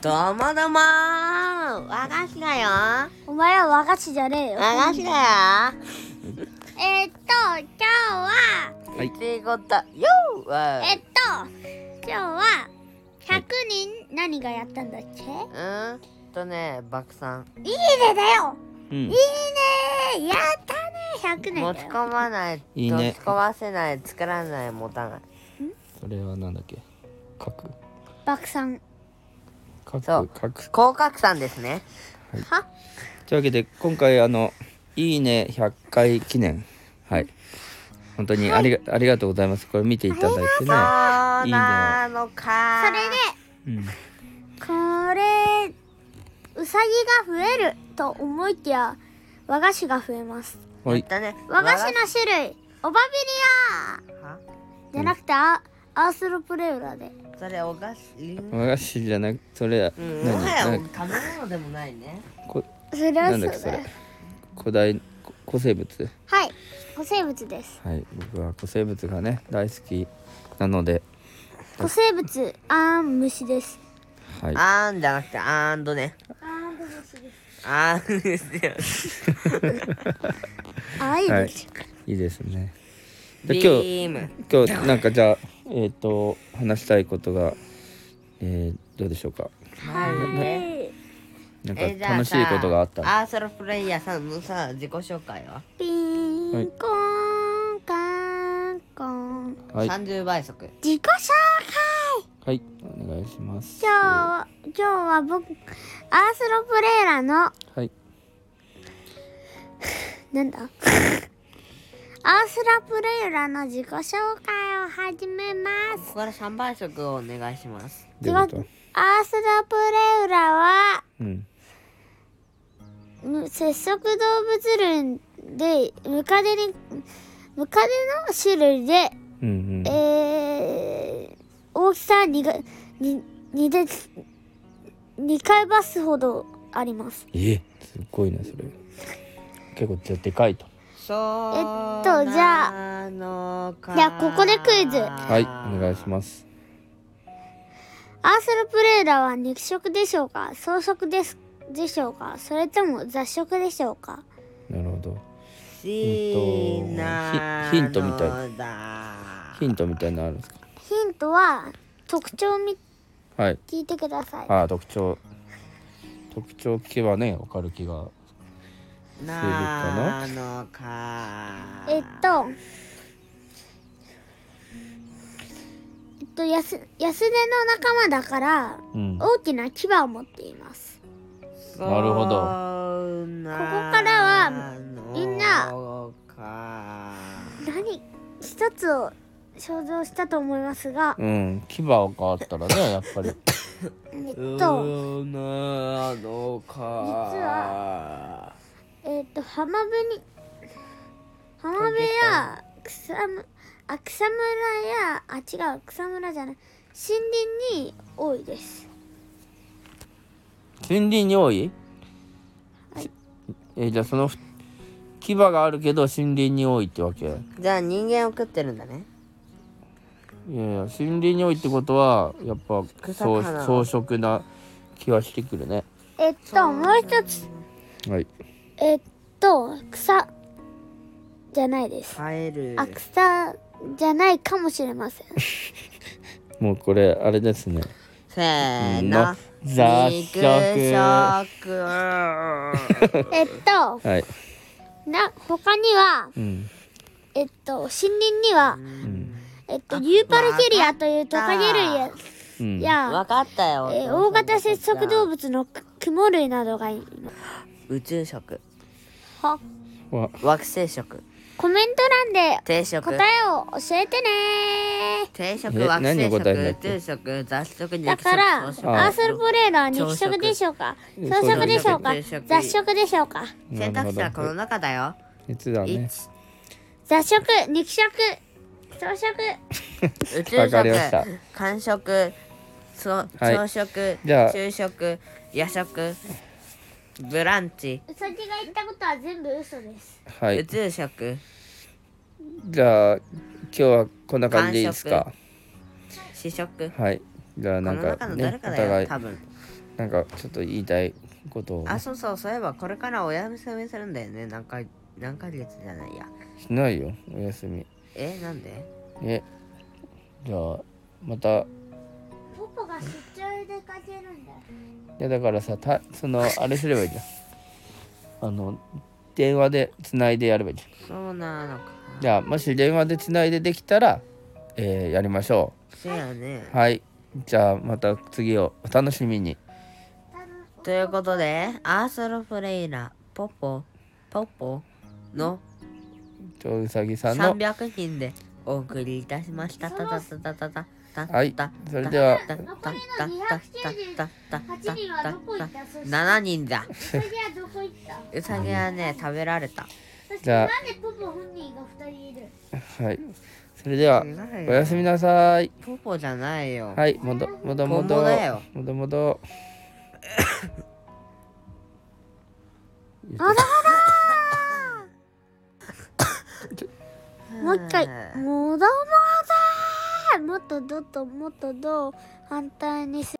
どうもどうも和菓子だよお前は和菓子じゃねえよ。和菓子だえーっと、今日は、よっていうことよーわえっと、今日は、100人何がやったんだっけいいねうーんとね、バクさんだようんいいねやったね !100 年持だちよ。込まない、いいね持ち込ませない、作らない、持たないそれはなんだっけ角爆散。そ角う角広角さんですねはというわけで今回あの「いいね100回記念」はい本当にありが、ありがとうございますこれ見ていただいてねそういいねなのかそれで、うんこれ、うさぎが増えると思いきや、和菓子が増えます。はやいったね和菓子の種類、オバビリはアじゃなくて、アアースロプレウラで。それお菓子和菓子じゃなくそれ、うん、も何はやな食んかべ物でもないねこそれはなそうんだだよっけそれ古代こ古生物はい、古生物です。はい僕は古生物がね大好きなので古生物あーん虫ですはいあーんじゃなくてあーんとねあーん虫ですあーんですよあーいいはでいす、いいですねでビ今日ーム今日なんかじゃあえっ、と話したいことが、えー、どうでしょうかはいはいなんかえじゃあ楽しいことがあったらさアーサルプレイヤーさんのさ自己紹介は、ピーンコーンカーンコーンはい30倍速自己紹介はいお願いします今日はは今日は僕アースロプレイラのいなん だアースロプレイラの自己紹介を始めますここから3倍速をお願いしますどういうことアースロプレイラはうんむ節足動物類でムカデにムカデの種類でうんうんえー大きさにがににで2回バスほどあります。えすごいねそれ結構じゃあでかいとそうえっとじゃあのかじゃあここでクイズはいお願いしますアースルプレーラは肉食でしょうか草食ですでしょうかそれとも雑食でしょうかなるほどすヒヒヒントみたいなヒントみたいなのあるんですかヒントは特徴をみはい聞いてください。ああ特徴特徴聞けばねわかる気がなのかえっと、えっと、ヤスヤスデの仲間だからうん大きな牙を持っています。となるほこどこからはみんな何一つを想像したと思いますが、うん牙があったらねやっぱりえっと、となのかはえっと浜辺に浜辺や草むあ草むらやあ違う草むらじゃない森林に多いです。森林に多い、はいえーじゃあそのふ牙があるけど森林に多いってわけいやいじゃあ人間を食ってるんだねや森林に多いってことはやっぱ草草かな草食な気はしてくるねえっともう一つはいえっと草じゃないです。カエルあ草じゃないかもしれ ません。もうこれあれですねせーのの雑食肉 食えっとはいな他にはうんえっと森林にはうんえっと、ユーパルキリアというトカゲ類やうんや、わかったよ、えー大型節足物動物のククモ類などがいる宇宙食はわ惑星食コメント欄で定食答えを教えてね定食え惑星何を答えるんだ食っけ宇宙食雑食肉食だからア草食ースルボレーラは肉朝食食でしょうかうん草食でしょうか朝食雑食でしょうか選択肢はこの中だよ熱だね一雑食肉食草食宇宙わ食かりました間食そうはい朝食、じゃあ昼食夜食ブランチ、ウサギが言ったことは全部嘘ですは宇い宙食じゃあ今日はこんな感じでいいですか試食はいじゃあこなのん中かのね誰おかだよ、互い多分なんかちょっと言いたいことをあ、そうそう、そういえばこれからお休みするんだよね。何回、何ヶ月じゃないや。しないよお休みえ、なんでえじゃあまたいポポが出張で出かけるんだよやだからさたそのあれすればいいじゃんあの電話でつないでやればいいじゃそうなのか。んじゃあもし電話でつないでできたら、えーやりましょせやね。うはいじゃあまた次をお楽しみに多分ということで、アーソロフレイラ、ポポ、ポポのちょうさぎさんの300人でお送りいたしました。たたたたたたたたはいそれではたたたたたた8人はどこ行ったそして7人だ。それではどこ行ったうさぎはね、食べられた。そしてじゃなあんでポポ本人が2人いるはいそれではおおやすみなさいポポじゃないよ。はいもどもどもボンボどだよもどもどもう一回うんもどもだもっとどともっとどを反対にする